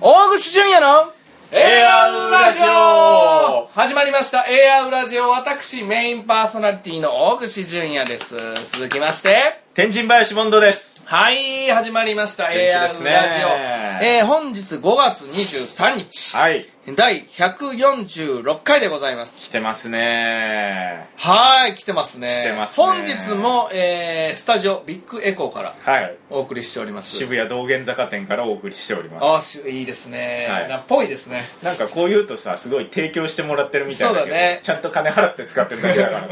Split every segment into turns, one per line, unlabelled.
口純也の
エアウラジオ始まりましたエアウラジオ私メインパーソナリティの大口純也です続きまして
天神林ボンドです
はい始まりました
気
エアウラ
で
ジ
す
オ、
ね
えー本日5月23日、
はい
第146回でございます
来てますね
はい来てますね
来てますね
本日も、えースタジオビッグエコーから
はい
お送りしております
渋谷道玄坂店からお送りしております
あしいいですね、
はい
なっぽいですね
なんかこういうとさすごい提供してもらってるみたいだけど
そうだね
ちゃんと金払って使ってるだけ だからね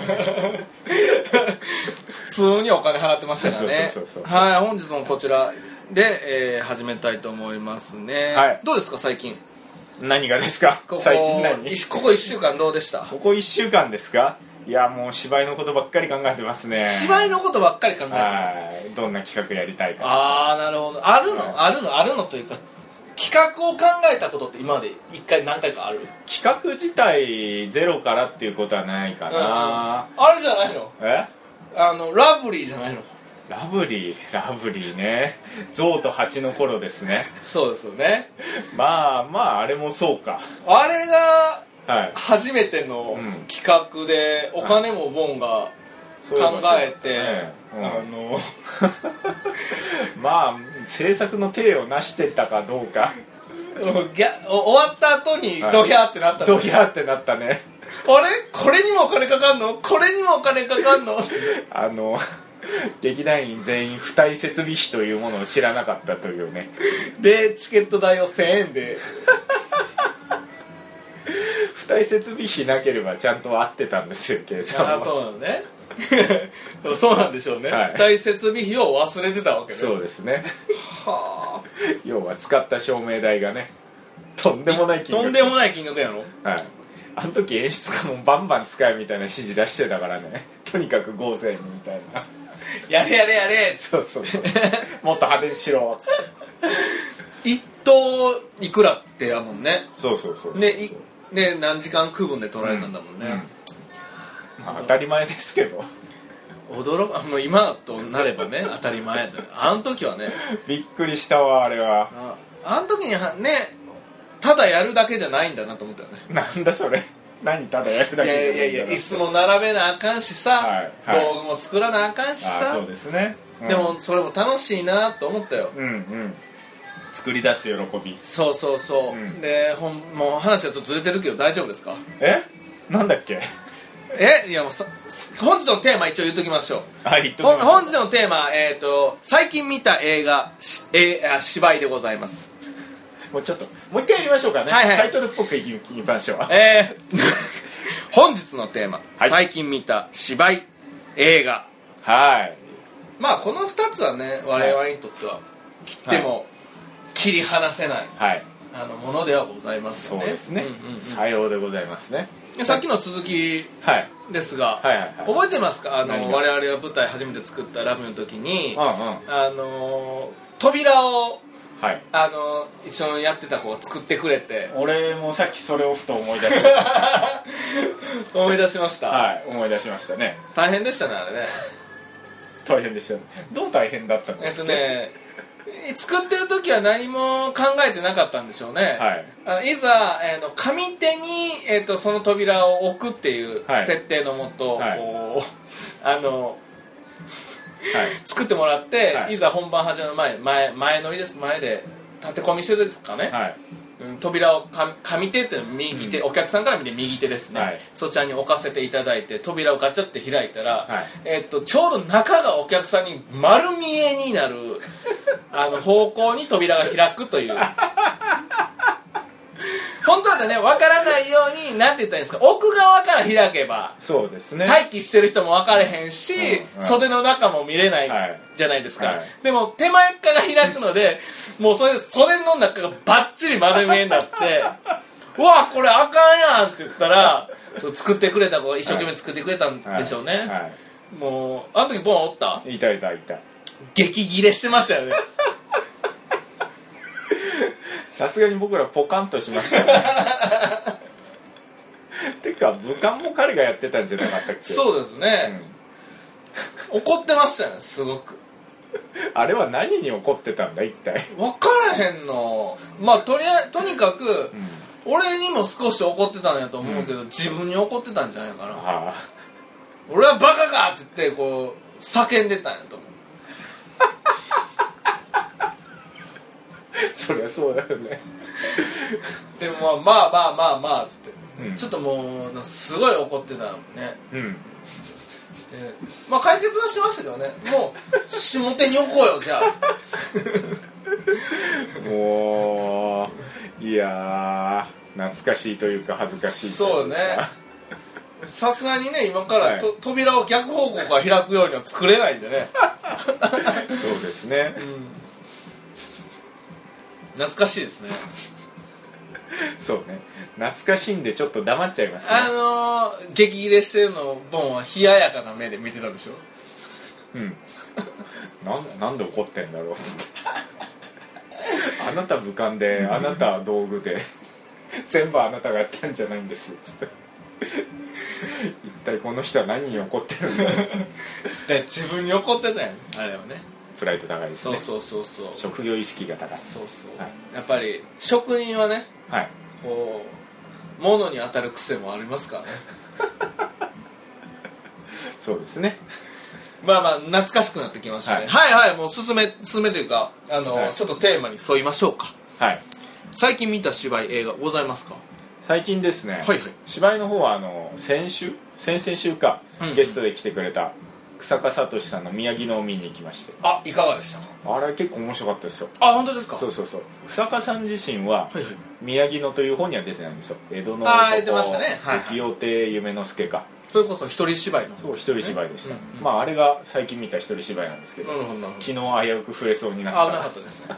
普通にお金払ってましたからね
そうそうそうそうそう
はい本日もこちらで、えー始めたいと思いますね、
はい
どうですか最近
何がですか
ここ
最近何
いここ1週間どうでした
ここ1週間ですかいやもう芝居のことばっかり考えてますね
芝居のことばっかり考えてる
はいどんな企画やりたいか
ああなるほどあるの、
はい
あるのあるのというか企画を考えたことって今まで1回何回かある
企画自体ゼロからっていうことはないかな、
あれじゃないの
え
あのラブリーじゃないの
ラブリーラブリーね象と蜂の頃ですね
そうですよね
まあまああれもそうか
あれが
はい
初めての
うん
企画でお金もボンが
そういえばそ
考
う
えて、
ええうん
あの
まあ制作の体をなしてたかど うか
ギャお終わった後に
はい
ドヒャーってなったの、
ドヒャーってなったね
あれこれにもお金かかんのこれにもお金かか んの
あの劇団員全員付帯設備費というものを知らなかったというね
でチケット代を1000円で
付帯設備費なければちゃんと合ってたんですよ計算
あ
は
あそうなのね そうなんでしょうね、
はい
付帯設備費を忘れてたわけね
そうですね
は
要は使った照明代がねとんでもな
あ
い金額
とんでもない金額やろ
はい、あの時演出家もバンバン使えみたいな指示出してたからねとにかく合成にみたいな
やれやれやれ
そうそ うそうもっと派手にしろつって
一等いくらってやもんね
そうそうそう
ねいね何時間区分で取られたんだもんね、
うんまあ当たり前ですけど
驚くあもう今となればね当たり前だよあの時はね
びっくりしたわあれは
ああの時にはねただやるだけじゃないんだなと思ったよね
なんだそれ何ただやる
いや
だ
い
け
やいや椅子も並べなあかんしさ、
はいはい
道具も作らなあかんし
ああ
さ
そうですね、うん
でもそれも楽しいなと思ったよ、
うんうん作り出す喜び
そうそうそう、
うん
でほんもう話はちょっとずれてるけど大丈夫ですか
えなんだっけ
えいやもうさ本日のテーマ一応言っときましょ
はい言っ
う
とき
ほん
ましょう
本日のテーマ、えー、と最近見た映画し、えーあ芝居でございます
もうちょっともう一回やりましょうかね、
はいはい
タイトルっぽくいきましょう
え ー本日のテーマ、
はい
最近見た芝居映画
はい
まあこの2つはね我々にとっては切っても切り離せない
はい
あのものではございます
そ
よ
う
ね
ですね、
んうんうん
さようでございますね
でさっきの続き
はい
ですが、
はいはいはい
覚えてますかあの
何が
我々が舞台初めて作ったラブの時に
うんうんは
あのー扉を
い
あのー一緒にやってた子が作ってくれ て
俺もさっきそれをふと思い出した
思い出しました、
はい思い出しましたね
大変でしたねあれね
大変でしたねどう大変だったんで
えっ
す
と
か
ね作ってる時は何も考えてなかったんでしょうね、
はい
あのいざ、えーの上手に、えー、とその扉を置くっていう
はい
設定のもと、
はい
こう あの
はい
作ってもらって、、
はいい
ざ本番始まる前前前乗りです前で立て込みしてるんですかね、
はい
うん、扉をか上手っていうのは右手、お客さんから見て右手ですね、
はい
そちらに置かせていただいて扉をガチャって開いたら、
はい
えっとちょうど中がお客さんに丸見えにな るあの方向に扉が開くという本当だね分からないようになんて言ったらいいんですか奥側から開けば
そうですね
待機してる人も分かれへんし、
うんうん
袖の中も見れな
はいい
じゃないですか、
はい
でも手前っ側が開くので もうそれ袖の中がバッチリ丸見えになって うわこれあかんやんって言ったらそう作ってくれた子が一生懸命作ってくれたんでしょうね、
はいは
もうあの時ボンおった
い、いたいたいた
激ギレしてましたよね
さすがに僕らポカンとしました ねてか武漢も彼がやってたんじゃなかったっけう、
そうですね、怒ってましたよねすごく
あれは何に怒ってたんだ一体
分からへんのまあとりあえとにかく俺にも少し怒ってたんやと思うけど、自分に怒ってたんじゃないかな
あ
俺はバカかって言ってこう叫んでたんやと思う
あそりゃそうだよね
でもまあまあまあまあまあっつって、
うん
ちょっともうなすごい怒ってたのね
うん
でまあ解決はしましたけどねもう下手に置こうよじゃ あ
もういやー懐かしいというか恥ずかしいとい
そうねさすがにね今からと、
は
扉を逆方向から開くようには作れないんでね、
そうですね
うん、懐かしいですね
そうね懐かしいんでちょっと黙っちゃいますね
あのー、激入れしてるのをボンは冷ややかな目で見てたでしょ
うんなんなんで怒ってんだろうっ つってあなた武漢であなた道具で全部あなたがやったんじゃないんですっ つって一体この人は何に怒ってるんだ
で自分に怒ってたやんあれはね
プライド高いです
そう
ね
そうそうそう
職業意識が高い
そうそう、
はい
やっぱり職人はね
はい
こう物に当たる癖もあります からね
そうですね
まあまあ懐かしくなってきましたね、はい、はいもう進め進めというかあの、
はい
ちょっとテーマに沿いましょうか
はい
最近見た芝居映画ございますか
最近ですね、
はいはい
芝居の方はあの先週先々週か、
うん
ゲストで来てくれた草加聡さんの「宮城の」を見に行きまして
あいかがでしたか
あれ結構面白かったですよ
あ本当ですか
そう
は
そうそう草加さん自身は、
いはい
宮城野という本には出てないんですよ江戸の
あー出てましたねはいはい
浮世亭夢之助か
それこそ一人芝居の
そう一人芝居でした、
うんうん
まああれが最近見た一人芝居なんですけど、
なるほどなるほど
昨日危うく触れそうにな
危
った
なかったですね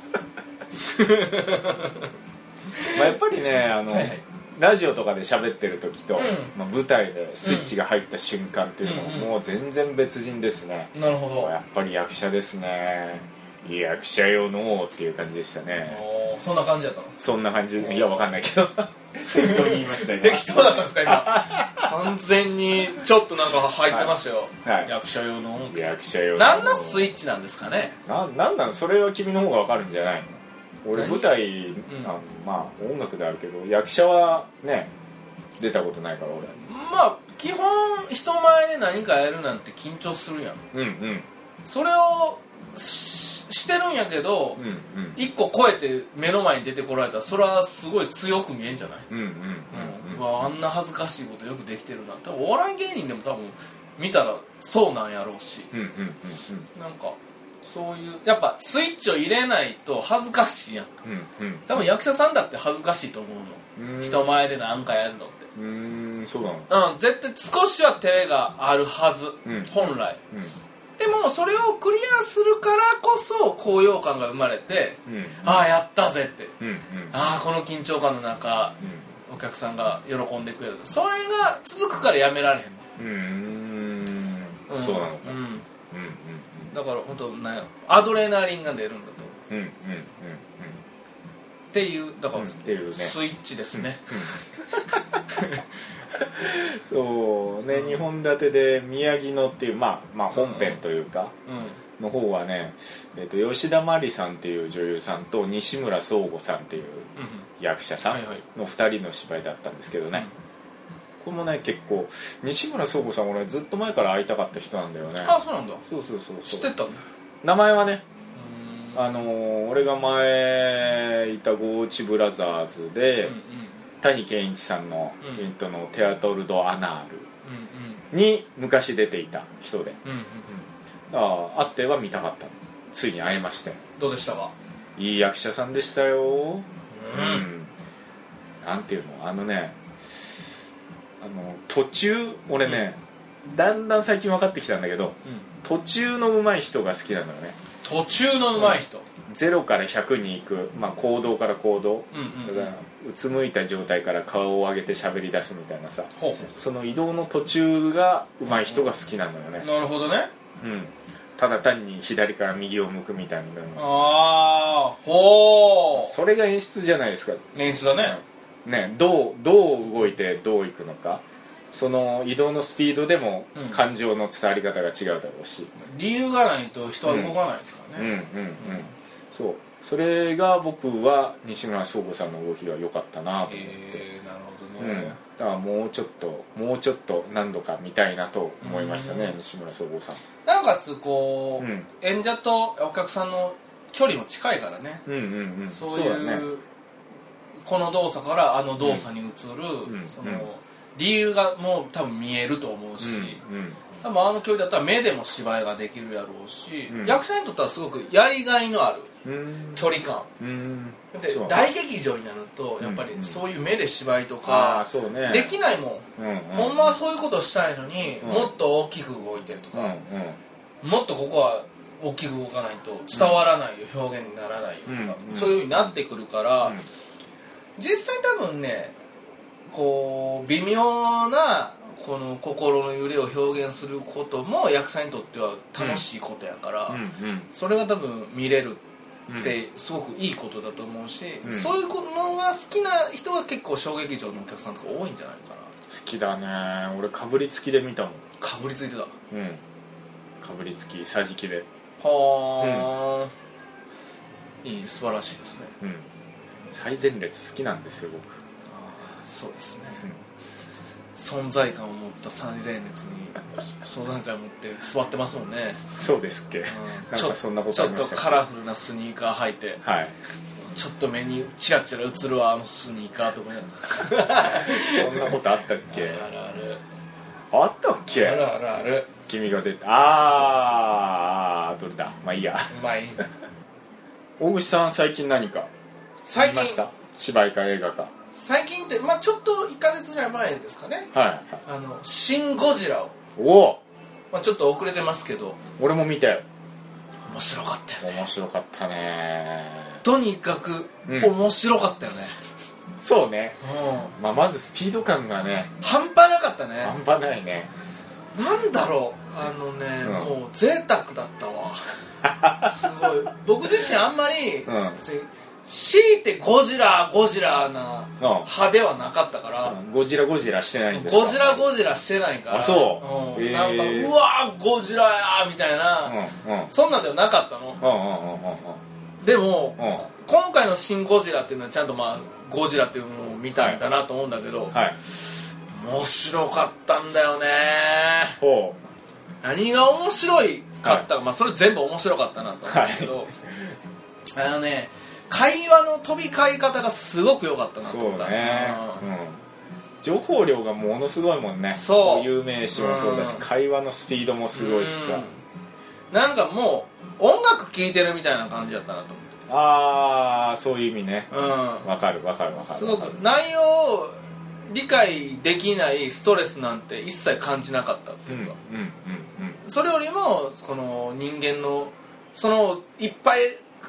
まあ、やっぱりねあの、
はいはい
ラジオとかで喋ってる時と、
ん
まあ、舞台でスイッチが入った瞬間っていうのも、
うんうん
もう全然別人ですね、
なるほど
やっぱり役者ですねいい役者よのうっていう感じでしたね
おーそんな感じだったの
そんな感じいやわかんないけど適当に言いました 今
適当だったんですか今完全にちょっとなんか入ってましたよ、
はい
役者用の音
役者よ
何のスイ
イ
ッチなんですかね
ななんなんそれは君の方がわかるんじゃないの俺
何
舞台、あのまあ音楽であるけど役者はね出たことないから
まあ基本人前で何かやるなんて緊張するやん
俺うんうん
それをししてるんやけど、
うんうん
一個超えて目の前に出てこられたらそれはすごい強く見えんじゃない、
うんうんうん
うん
うん
うわあんな恥ずかしいことよくできてるな多分お笑い芸人でも多分見たらそうなんやろうし
うんうんうん
なんかそういうやっぱスイッチを入れないと恥ずかしいやん
うんうん
多分役者さんだって恥ずかしいと思う
う
の
ん
人前でなんかやるのって
うーんそうなの
うん絶対少しは照れがあるはず、
うん
本来
う
でもそれをクリアするからこそ高揚感が生まれて、
んうん
ああやったぜって
うんうん
ああこの緊張感の中
う
お客さんが喜んでくれるそれが続くからやめられへん
んうー
の、
んそうなのか
うん
うんうん
だから本当なんやろアドレナリンが出るんだと
うんうんうん
っていうだか
う
ら
んっ
ス
ていう
イ
ね
ッチですね、
そうね2本立てで宮城野っていうまあまあ本編というか
うん
の方はねえっと吉田麻里さんっていう女優さんと西村壮吾さんっていう
う
役者さん
はいはい
の2人の芝居だったんですけ
ん、
どねこれもね結構西村壮吾さん俺ずっと前から会いたかった人なんだよね
あそうなんだ
そうそうそう
知
そ
って
う
たのう
名前はね
ーん
あのー俺が前いたゴーチブラザーズ
う
で、
んうん
谷健一さんの
うん
ユニットの「テアトル・ド・アナー
う」
ルに昔出ていた人で
んうんうんうん
ああ会っては見たかったついに会えまして
どうでしたか
いい役者さんでしたよ
う
うん、なんていうのあのねあの途中俺ね、だんだん最近分かってきたんだけど
うん
途中の上手い人が好きなのよね
途中の上手い人
0から100に行く、まあ、行動から行動
うんうん
た
うん
だうつむいた状態から顔を上げて喋り出すみたいなさ
ほうほ
その移動の途中が上手い人が好きなのよ
う
ね、
なるほどね
うん、ただ単に左から右を向くみたいな
ああほ
それが演出じゃないですか
う演出だね
ねどうどう動いてどう行くのかその移動のスピードでも
うん
感情の伝わり方が違うだろうし、
理由がないと人は動かないですか
う
ら
ん、うんうん
ね、
そうそれが僕は西村壮吾さんの動きが良かったなと思って、
えー、なるほ
う
ど
ん
ね、、
だからもうちょっともうちょっと何度か見たいなと思いましたね、
うん
西村壮吾さん
なおかつこう、
うん
演者とお客さんの距離も近いからね、
うんうんうん
そうい
だね
うこの動作からあの動作に移る、
うん
そうの
ん
理由がもう多分見えると思うし、
うんうん
多分あの距離だったら目でも芝居ができるやろうし、
うん
役者にとってはすごくやりがいのある
うん
距離感
うん
で
そう
大劇場になるとやっぱ
う
り
んうん
そういう目で芝居と
ああ
か
そうね
できないもん、
うんうん
ほんまはそういうことしたいのに、
うん
もっと大きく動いてと
う
か、
ん
もっとここは大きく動かないと伝わらないよ、表現にならないよとか、
うん
そういうふうになってくるから、
うん
実際多分ねこう微妙なこの心の揺れを表現することも役者にとっては楽しいことやから、
うん
それが多分見れる
うん
っ
で
てすごくいいことだと思うし、
うん
そういうのが好きな人は結構小劇場のお客さんとか多いんじゃないかな
好きだね俺かぶりつきで見たもん
かぶりついてたは
うんかぶりつきさじきで
あ、いい素晴らしいですね
うん最前列好きなんですよ僕
あーそうですね、
うん
存在感を持った最前列に相談会を持って座ってますもんね、
そうですっけ
うん、
なんかそんなことありました
ちょっとカラフルなスニーカー履いて
はい
ちょっと目にチラチラ映るわあのスニーカーとかね
そんなことあったっ
あ
け
るあるある
あったっ
あ
け
るあるある
君が出てああどれだまあいいや
うまい
大口さん最近何か
最
見まし
近
た芝居か映画か
最近って、まあ、ちょっと1か月ぐらい前ですかね
はいはい
「あのシン・ゴジラを」
おお
まあ、ちょっと遅れてますけど
俺も見たよ
面白かったよね
面白かったね
とにかく
うん
面白かったよね、
そうね、
うん
まあ、まずスピード感がね
半端なかったね
半端ないね
なんだろうあのね、
うん
もう贅沢だったわ すごい僕自身あんまり
うん
別に強いてゴジラゴジラな
うん
派ではなかったから、
ゴジラゴジラしてないんですか
ゴジラゴジラしてないから
あそ
う
う
ん
へー
なんかうわーゴジラやーみたいな、
うんうん
そんなんではなかったの
うんうんうんうん
でも、
うんうん
今回の「新ゴジラ」っていうのはちゃんとまあゴジラっていうものを見たんだなと思うんだけど、
はい
面白かったんだよね
ほ
何が面白いかったか、まあ、それ全部面白かったなと思うんだけど、あのね会話の飛び交い方がすごく良かった
う
なと
そう
思った
ねう
うん
ん情報量がものすごいもんね
そう
有名詞もそうだし
うん
会話のスピードもすごいしさ
うんなんかもう音楽聴いてるみたいな感じだったなと
ああそういう意味ね
思って、
わかるわかるわ
う
か
ん、す
る
ごく内容を理解できないストレスなんて一切感じなかったって
うんう
い
ん
う
うん
か、
うん
それよりもこの人間のそのいっぱい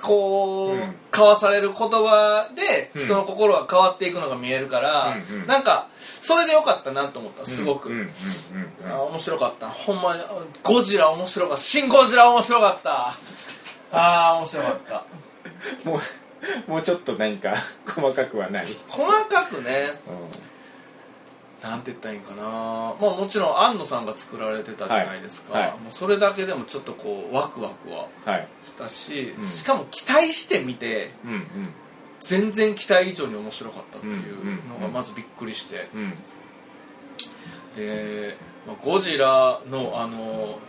こう、
うん
交わされる言葉で
うん
人の心が変わっていくのが見えるから、
うんうん
なんかそれでよかったなと思ったすごく、
うんうんうんうん
あ面白かったほんまにあゴジラ面白かった新ゴジラ面白かったあー面白かった
もうもうちょっと何か 細かくはない、
細かくね
う
なんて言ったらいいんかなまあもちろん庵野さんが作られてたじゃないですか、
はいはい
もうそれだけでもちょっとこうワクワクは
ん、はい
したし、
うん
しかも期待してみて
うんうん
全然期待以上に面白かったっていうの
うんう
が
ん
まずびっくりして、
うん
で、まあ、ゴジラのあの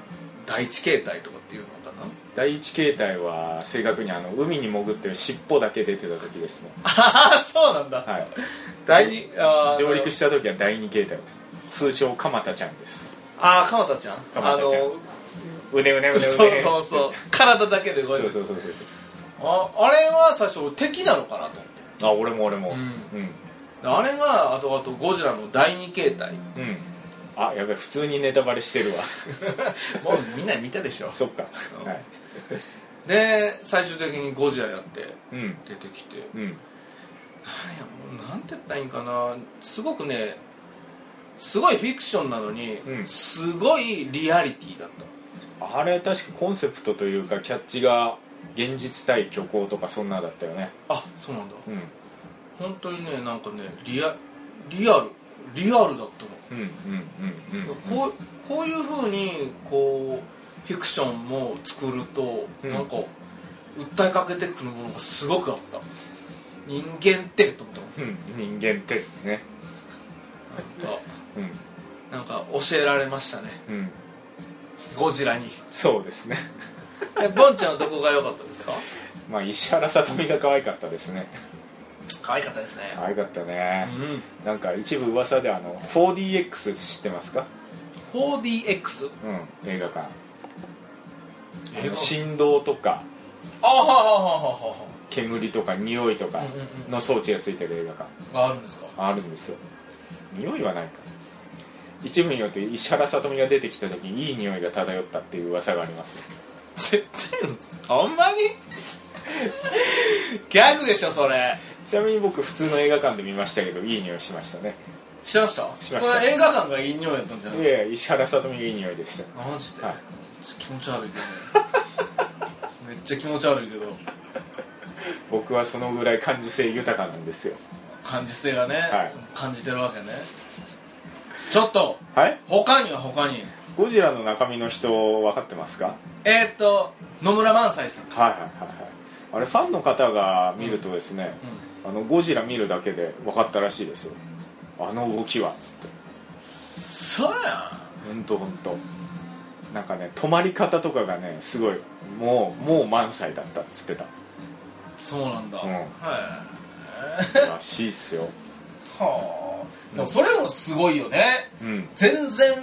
第一形態とかっていうのかな
第一形態は正確にあの海に潜ってる尻尾だけ出てた時ですね、
ああそうなんだ、
はい、
第二あー
上陸した時は第二形態です通称鎌田ちゃんです
ああ鎌田ちゃん
鎌田ちゃん
あの
うねうねうねうね
そうそうそう体だけで動
そ
いうて
そう
る
そうそう
ああれは最初俺敵なのかなと思って
あ俺も俺も
う
うんん
であれがあとあとゴジラの第二形態
うん、あやべ普通にネタバレしてるわ
もうみんな見たでしょ
そっか
うん
はい
で最終的にゴジラやって
うん
出てきて
うん
なんやもうなんて言ったらいいんかなすごくねすごいフィクションなのに、
うん
すごいリアリティだった
あれ確かコンセプトというかキャッチが現実対虚構とかそんなだったよね
あそうなんだ
うん
本当にねなんかねリアリアルリアルだったの
うんうんうんうん
こうこういうふうにこうフィクションも作ると、
うん
なんか訴えかけてくるものがすごくあった人間ってと思っ
うん人間ってね
たなんか
う
なんか教えられましたね
んうん
ゴジラに
そうですね
えボンちゃんはどこが良かったですか
まあ石原さとみが可愛かったですね
可愛かったですね
可愛かったね
う、ん
なんか一部噂であの 4DX 知ってますか
4DX
うん映画館あ
映画
の振動とか
あはははははは
煙とか匂いとか
うんうんうん
の装置がついてる映画館
があるんですか
あるんですよ匂いはないか一部によって石原さとみが出てきた時にいい匂いが漂ったっていう噂があります
絶対嘘ほんまにギャグでしょそれ
ちなみに僕普通の映画館で見ましたけどいい匂いしましたね
しました
しました
それ映画館がいい匂いだったんじゃない
い
です
やいや石原さとみがいい匂いでした
かマジで、
はい
気持ち悪いけどめっちゃ気持ち悪いけど
僕はそのぐらい感受性豊かなんですよ
感じ性がね、
はい
感じてるわけねちょっと
はい
他には他に
ゴジラの中身の人分かってますか
えー、っと野村萬斎さん、うん、
はいはいはいはいあれファンの方が見るとですね、あのゴジラ見るだけで分かったらしいですよあの動きはっつって
そうや
ほんとほんとなんかね止まり方とかがねすごいもうもう満載だったっつってた
んそうなんだ、
うん
はい
らしいっすよ
はあでもそれもすごいよね
うん
全然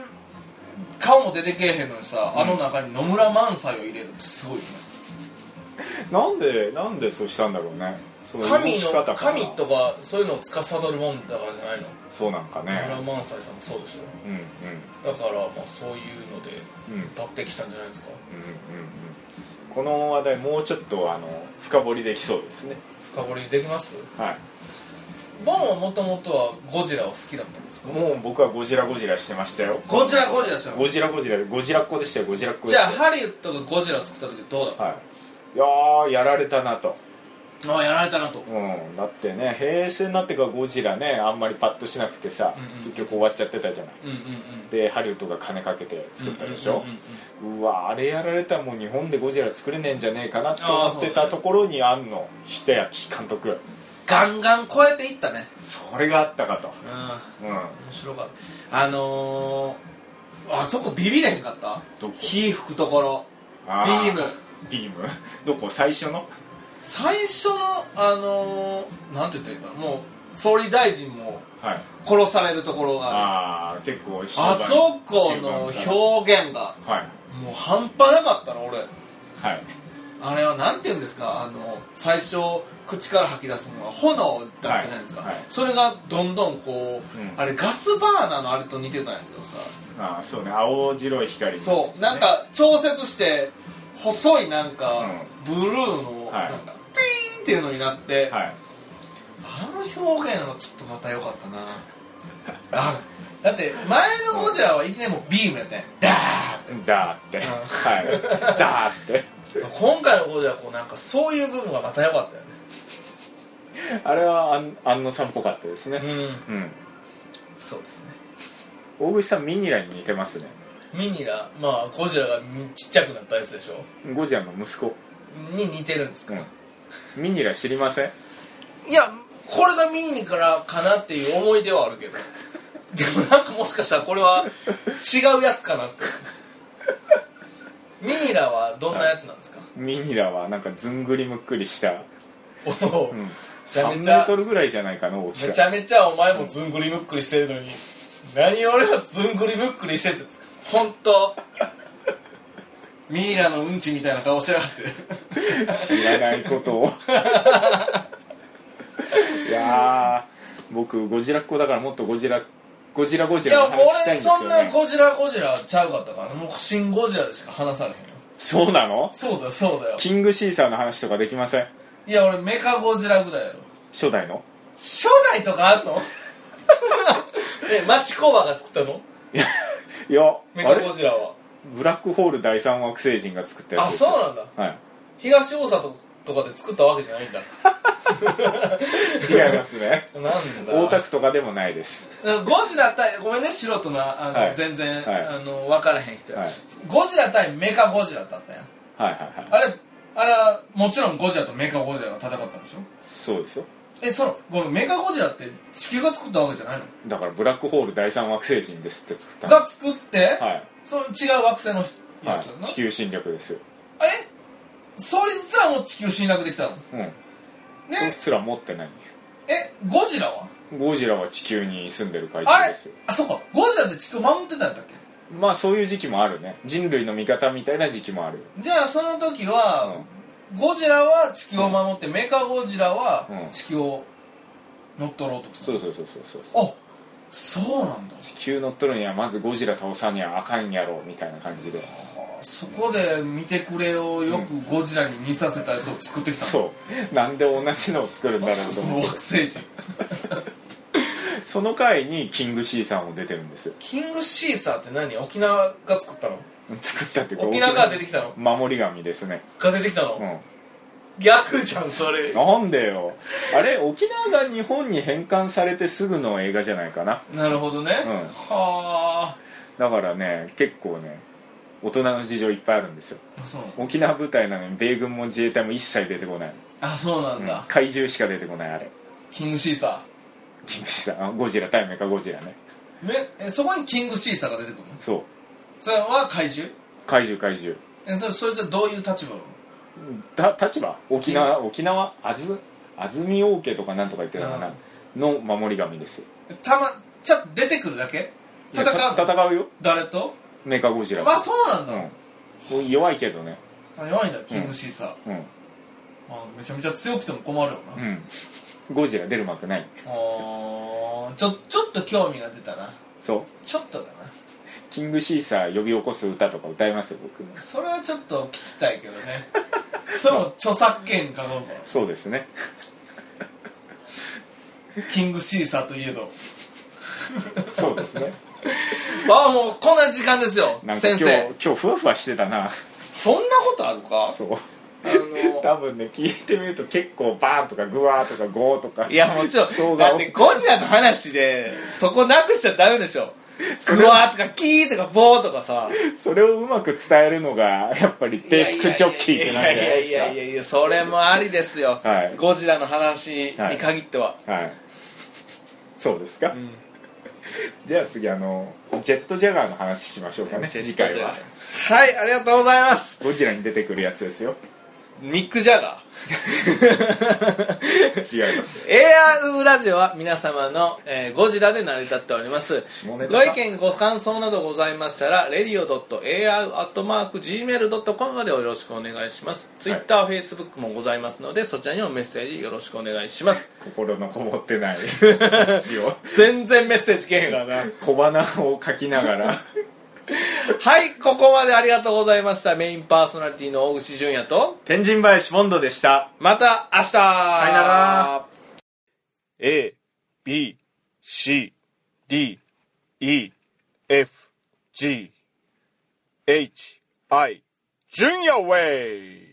顔も出てけえへんのにさ、あの中に野村萬斎を入れるってすごいよね
なんでなんでそうしたんだろうねその動
神
き
の
方かな
神とかそういうのを司るもんだからじゃないの
そうなんか
野村
ね
萬斎さんもそうでしょ
うんうん
だからまあそういうので
うんうんうんうん
抜擢したんじゃないですか
この話題もうちょっとあの深掘りできそうですね
深掘りできます
はい
ボンはもともとはゴジラを好きだったんですか
もう僕はゴジラゴジラしてましたよ
ゴジラゴジラですよ
ゴジラゴジラゴジラっ子でしたよゴジラっ子で
じ
し
ゃあ
たよ
ハリウッドがゴジラ作った時どうだっ
はいいやーやられたなと
た、ああやられたなと
うんだってね平成になってからゴジラねあんまりパッとしなくてさ、
うんうん
結局終わっちゃってたじゃない
うんうんうん
でハリウッドが金かけて作ったでしょ、う
うんうんうんうん
わあれやられたらもう日本でゴジラ作れねえんじゃねえかなって思
あ
ってた
ーそうだ
と
ね
ころにあんの秀明監督
ガンガン超えていったね
それがあったかと
うん面
うん
白かったあのー、あそこビビれへんかった
どこ
火吹くところ
あ
ビーム
ビーム どこ最初の
最初のあのー、なんて言ったらいいかなもう総理大臣も
はい
殺されるところがある
ああ結構終盤
あそこ
中盤
の
から
表現が
はい
もう半端なかったの俺
はい
あれはなんて言うんですかあの最初口から吐き出すのは炎だったじゃないですか、
はいはい
それがどんどんこう、
うん
あれガスバーナーのあれと似てたんやけどさ
ああそうね青白い光
そうなんか調節して細いなんか、ブルーの
はい
なんかピーンっていうのになって、
はい
あの表現はちょっとまた良かったなあだって前のゴジラはいきなりもうビームやったんやダーって
だーって
ん
はいだーって
今回のゴジラはこうなんかそういう部分がまた良かったよね
あれはあん安野さんっぽかったですね
うん
うん
そうですね
大口さんミニラに似てますね
ミニラまあゴジラがちっちゃくなったやつでしょ
ゴジラの息子
に似てるんですか、
ミニラ知りません
いやこれがミニからかなっていう思い出はあるけどでもなんかもしかしたらこれは違うやつかなってミニラはどんなやつなんですか、
ミニラはなんかずんぐりむっくりした、
おお
うん、
ちゃ
3
め
メ
ちゃ
ートルぐらいじゃないかな大き
めち
さ
ゃめちゃお前もずんぐりむっくりしてるのに何俺はずんぐりむっくりしてて本当ミイラのうんちみたいな顔してなかっ
知らないこと をいやー僕ゴジラっ子だからもっとゴジラゴジラゴ
て
ジ
いや
ラの
もう
話したい
俺
んですけど、
そ
ね、
んなゴジラゴジラちゃうかったからもうシンゴジラでしか話されへんよ
そうなの
そうだよそうだよ
キングシーサーの話とかできません
いや俺メカゴジラぐらいやろ
初代の
初代とかあん のえマチコバが作ったの
いや
メ
あ
カ
れ
ゴジラは
ブラックホール第三惑星人が作ったやつ
あそうなんだ
はい
東大里とかで作ったわけじゃないんだ
違います ね
なんだ
大田区とかでもないです
ゴジラ対ごめんね素人なあの、
はい
全然、
はい
あの分からへん人や、
はい
ゴジラ対メカゴジラだったんや
はいはいはい
あれあれはもちろんゴジラとメカゴジラが戦ったんでしょ
そうですよ
えそのごめんメカゴジラって地球が作ったわけじゃないの
だからブラックホール第三惑星人ですって作ったの
が作って、
はい
その違う惑星のや
は
つやん
い、
な、
地球侵略ですよ、
えそいつらも地球侵略できたのね
うん、そいつら持ってない
えゴジラは
ゴジラは地球に住んでる怪
あ
獣
れ
ですよ
あそうかゴジラって地球守ってたんだっけ
まあそういう時期もあるね人類の味方みたいな時期もあるよ
じゃあその時は、ゴジラは地球を守って、メカゴジラは
うん
地球を乗っ取ろうとして
そ
た
うそうそうそうそう
あそうなんだ
地球乗っ取るにはまずゴジラ倒さにはあかんやろみたいな感じで
そこで見てくれをよくゴジラに似させたやつを作ってきたの、
そうなんで同じのを作るんだろうと
その
思って
惑星人
その回にキングシーさんも出てるんですよ
キングシーサーって何沖縄が作ったの
作ったっていうか
沖縄が出てきたの
守り神ですね
が出てきたの、
うん
ギャグじゃんそ れ
なんでよあれ沖縄が日本に返還されてすぐの映画じゃないかな
なるほどね、
うん
は
だからね結構ね大人の事情いっぱいあるんですよ
あそう
沖縄部隊なのに米軍も自衛隊も一切出てこない、
あそうなんだ、
怪獣しか出てこないあれ
キングシーサ
キングシーさんあゴジラ対メカゴジラね
ーめえそこにキングシーサーが出てくるの
そう
それは怪獣
怪獣怪獣
えそれそいつはどういう立場なの
だ立場沖縄沖縄あず安住王家とかなんとか言ってたかな、の守り神ですよ
たまちょっと出てくるだけ戦
いや
う
た戦うよ
誰と
メカゴジラ
まあそうなんだ、
うん、弱いけどね
あ弱いんだキングシーサー、
うん、
あめちゃめちゃ強くても困るよな、
うん、ゴジラ出る幕ない
あーちょちょっと興味が出たな
そう
ちょっとだ
キングシーサー呼び起こす歌とか歌いますよ僕
なそれはちょっと聞きたいけど ねそれも著作権かどうか
そうですね
キングシーサーといえど
そうですね
ああもうこんな時間ですよ
なんか今
先
日
生
今日ふわふわしてたな
そんなことあるか
そう
あの
多分ね聞いてみると結構バーンとかグワーとかゴーとか
いやもちろ
そうんが
だってゴジラの話でそこなくしちゃダメでしょ
それ
グワーとかキーとかボーとかさ
それをうまく伝えるのがやっぱりデスクジョッキーってなんじゃないです
い
か
やいやいやいやそれもありですよ、
はい
ゴジラの話に限っては、
はいそうですか、
ん
じゃあ次あのジェットジャガーの話しましょうかね次回は
はいありがとうございます
ゴジラに出てくるやつ ですよ
ミック・ジャガー
違います
エアウーラジオは皆様の、えーゴジラで成り立っております
下ネタか
ご意見ご感想などございましたら radio.ar.gmail.com までよろしくお願いします
はい
TwitterFacebook もございますのでそちらにもメッセージよろしくお願いします
心のこもって ない字を
全然メッセージけへんからな
小鼻を書きながら
はいここまでありがとうございましたメインパーソナリティの大串淳也と
天神林ボンドでした
また明日さ
よなら
A, B, C, D, E, F, G, H, I, Junior Way!